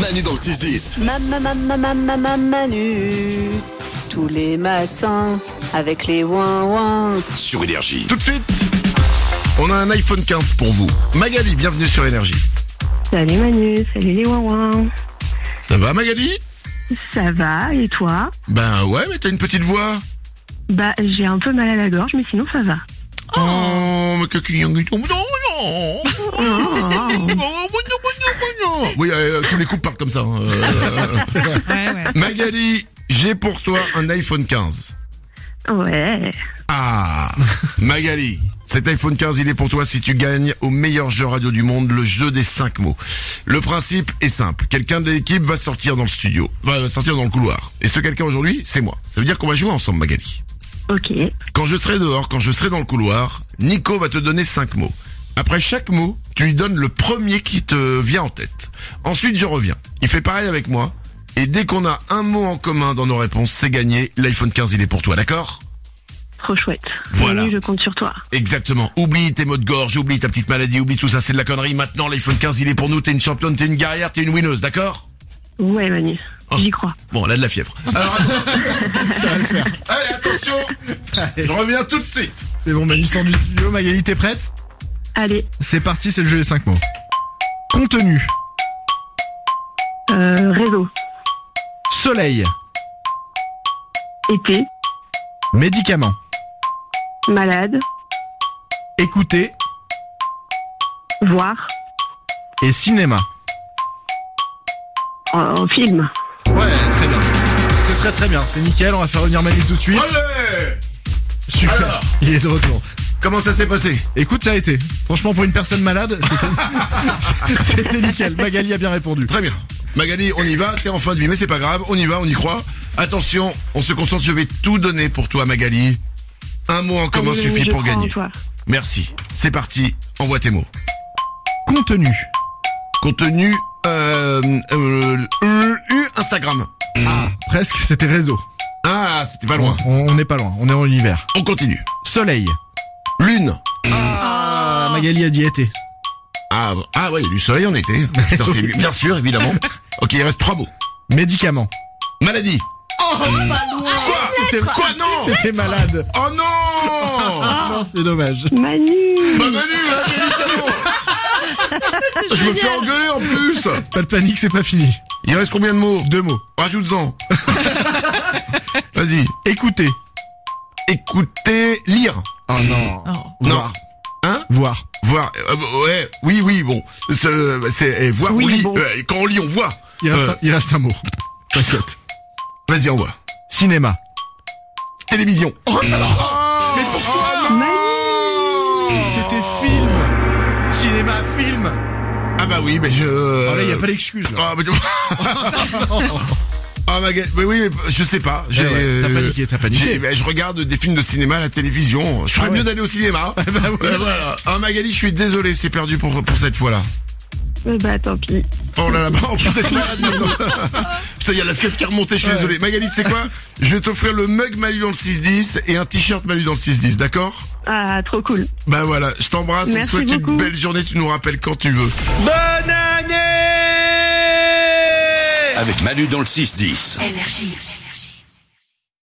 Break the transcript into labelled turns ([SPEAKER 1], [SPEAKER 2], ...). [SPEAKER 1] Manu dans le 6-10.
[SPEAKER 2] Maman, maman, maman, maman, Manu. Tous les matins, avec les ouin-ouin.
[SPEAKER 1] Sur Énergie.
[SPEAKER 3] Tout de suite, on a un iPhone 15 pour vous. Magali, bienvenue sur Énergie.
[SPEAKER 4] Salut Manu, salut les Wawins.
[SPEAKER 3] Ça va Magali
[SPEAKER 4] Ça va, et toi
[SPEAKER 3] Ben ouais, mais t'as une petite voix.
[SPEAKER 4] Bah, j'ai un peu mal à la gorge, mais sinon ça va.
[SPEAKER 3] Oh, mais que qu'il y a- Non, non Oh, Oui, euh, tous les couples parlent comme ça. hein. Euh, Magali, j'ai pour toi un iPhone 15.
[SPEAKER 4] Ouais.
[SPEAKER 3] Ah, Magali, cet iPhone 15, il est pour toi si tu gagnes au meilleur jeu radio du monde, le jeu des 5 mots. Le principe est simple. Quelqu'un de l'équipe va sortir dans le studio, va sortir dans le couloir. Et ce quelqu'un aujourd'hui, c'est moi. Ça veut dire qu'on va jouer ensemble, Magali.
[SPEAKER 4] Ok.
[SPEAKER 3] Quand je serai dehors, quand je serai dans le couloir, Nico va te donner cinq mots. Après chaque mot, tu lui donnes le premier qui te vient en tête. Ensuite, je reviens. Il fait pareil avec moi. Et dès qu'on a un mot en commun dans nos réponses, c'est gagné. L'iPhone 15, il est pour toi, d'accord
[SPEAKER 4] Trop chouette.
[SPEAKER 3] Voilà.
[SPEAKER 4] Manu, je compte sur toi.
[SPEAKER 3] Exactement. Oublie tes maux de gorge, oublie ta petite maladie, oublie tout ça, c'est de la connerie. Maintenant, l'iPhone 15, il est pour nous. T'es une championne, t'es une guerrière, t'es une winneuse, d'accord
[SPEAKER 4] Ouais Manu,
[SPEAKER 3] Oh.
[SPEAKER 4] j'y crois.
[SPEAKER 3] Bon, là, de la fièvre. Alors, ça va le faire. Allez, attention Je reviens tout de suite.
[SPEAKER 5] C'est bon, Manu sort du studio. Magali, t'es prête
[SPEAKER 4] Allez,
[SPEAKER 5] C'est parti, c'est le jeu des 5 mots. Contenu,
[SPEAKER 4] euh, réseau,
[SPEAKER 5] soleil,
[SPEAKER 4] été,
[SPEAKER 5] médicaments,
[SPEAKER 4] malade,
[SPEAKER 5] écouter
[SPEAKER 4] voir,
[SPEAKER 5] et cinéma.
[SPEAKER 4] en film.
[SPEAKER 5] Ouais, très bien. C'est très très bien, c'est nickel, on va faire revenir Manu tout de suite.
[SPEAKER 3] Allez
[SPEAKER 5] Super,
[SPEAKER 3] Alors
[SPEAKER 5] il est de retour.
[SPEAKER 3] Comment ça s'est passé
[SPEAKER 5] Écoute, ça a été. Franchement, pour une personne malade, c'était- c'était nickel. Magali a bien répondu.
[SPEAKER 3] Très bien. Magali, on y va, t'es en fin de vie, mais c'est pas grave, on y va, on y croit. Attention, on se concentre, je vais tout donner pour toi, Magali. Un mot en commun
[SPEAKER 4] Allez, Manu,
[SPEAKER 3] suffit
[SPEAKER 4] je
[SPEAKER 3] pour
[SPEAKER 4] crois en
[SPEAKER 3] gagner.
[SPEAKER 4] toi.
[SPEAKER 3] Merci. C'est parti, envoie tes mots.
[SPEAKER 5] Contenu,
[SPEAKER 3] Contenu, euh, euh, euh, euh, Instagram.
[SPEAKER 5] presque, c'était réseau.
[SPEAKER 3] Ah, c'était pas loin.
[SPEAKER 5] On on n'est pas loin, on est en univers.
[SPEAKER 3] On continue.
[SPEAKER 5] Soleil.
[SPEAKER 3] Lune.
[SPEAKER 5] Ah, Magali a dit été.
[SPEAKER 3] Ah, ah ouais, il y a du soleil en été. Putain, c'est- bien sûr, évidemment. Ok, il reste trois mots.
[SPEAKER 5] Médicaments.
[SPEAKER 3] Maladie. Hum. Quoi
[SPEAKER 5] C'était
[SPEAKER 3] Ah, Quoi non
[SPEAKER 5] C'était malade. Ah,
[SPEAKER 3] Oh non
[SPEAKER 5] Non, c'est dommage.
[SPEAKER 4] Manu,
[SPEAKER 3] Bah Manu, hein, médicaments. Je me fais engueuler en plus
[SPEAKER 5] Pas de panique, c'est pas fini.
[SPEAKER 3] Il reste combien de mots
[SPEAKER 5] Deux mots.
[SPEAKER 3] Rajoute-en Vas-y.
[SPEAKER 5] Écouter.
[SPEAKER 3] Écoutez, lire.
[SPEAKER 5] Oh non.
[SPEAKER 3] Non.
[SPEAKER 5] Voir.
[SPEAKER 3] Hein
[SPEAKER 5] Voir.
[SPEAKER 3] Voir. euh, ouais, oui, oui, bon. Ce- C'est eh, voir,
[SPEAKER 4] Oui,
[SPEAKER 3] on lit.
[SPEAKER 4] bon.
[SPEAKER 3] Euh, quand on lit, on voit.
[SPEAKER 5] Il reste,
[SPEAKER 3] Euh.
[SPEAKER 5] un, il reste un mot. T'inquiète.
[SPEAKER 3] Vas-y, on voit.
[SPEAKER 5] Cinéma.
[SPEAKER 3] Télévision.
[SPEAKER 5] Oh,
[SPEAKER 3] Mais pourquoi
[SPEAKER 5] C'était film. Cinéma, film.
[SPEAKER 3] Ah bah oui, mais je...
[SPEAKER 5] Oh là, il n'y a pas d'excuse. là.
[SPEAKER 3] Ah, mais tu- Ah, ma gueule. Mais oui, mais je sais pas. J'ai,
[SPEAKER 5] Eh ouais, t'as
[SPEAKER 3] euh,
[SPEAKER 5] paniqué, t'as paniqué.
[SPEAKER 3] j'ai- ben, je regarde des films de cinéma à la télévision. Je ferais
[SPEAKER 5] Ah ouais.
[SPEAKER 3] mieux d'aller au cinéma. Euh, voilà. Ah, Magali, je suis désolé, c'est perdu pour, pour cette fois-là.
[SPEAKER 4] Eh bah tant pis.
[SPEAKER 3] Oh là là, en plus d'être malade maintenant. Putain, il y a la fièvre qui est remontée, je suis désolé. Magali, tu sais quoi Je vais t'offrir le mug Malu dans le 6-10 et un t-shirt Malu dans le 6-10, d'accord
[SPEAKER 4] Ah, trop cool.
[SPEAKER 3] Bah voilà, je t'embrasse, on te
[SPEAKER 4] Merci
[SPEAKER 3] souhaite une
[SPEAKER 4] beaucoup.
[SPEAKER 3] belle journée, tu nous rappelles quand tu veux.
[SPEAKER 1] Avec Manu dans le 6-10.
[SPEAKER 6] Énergie.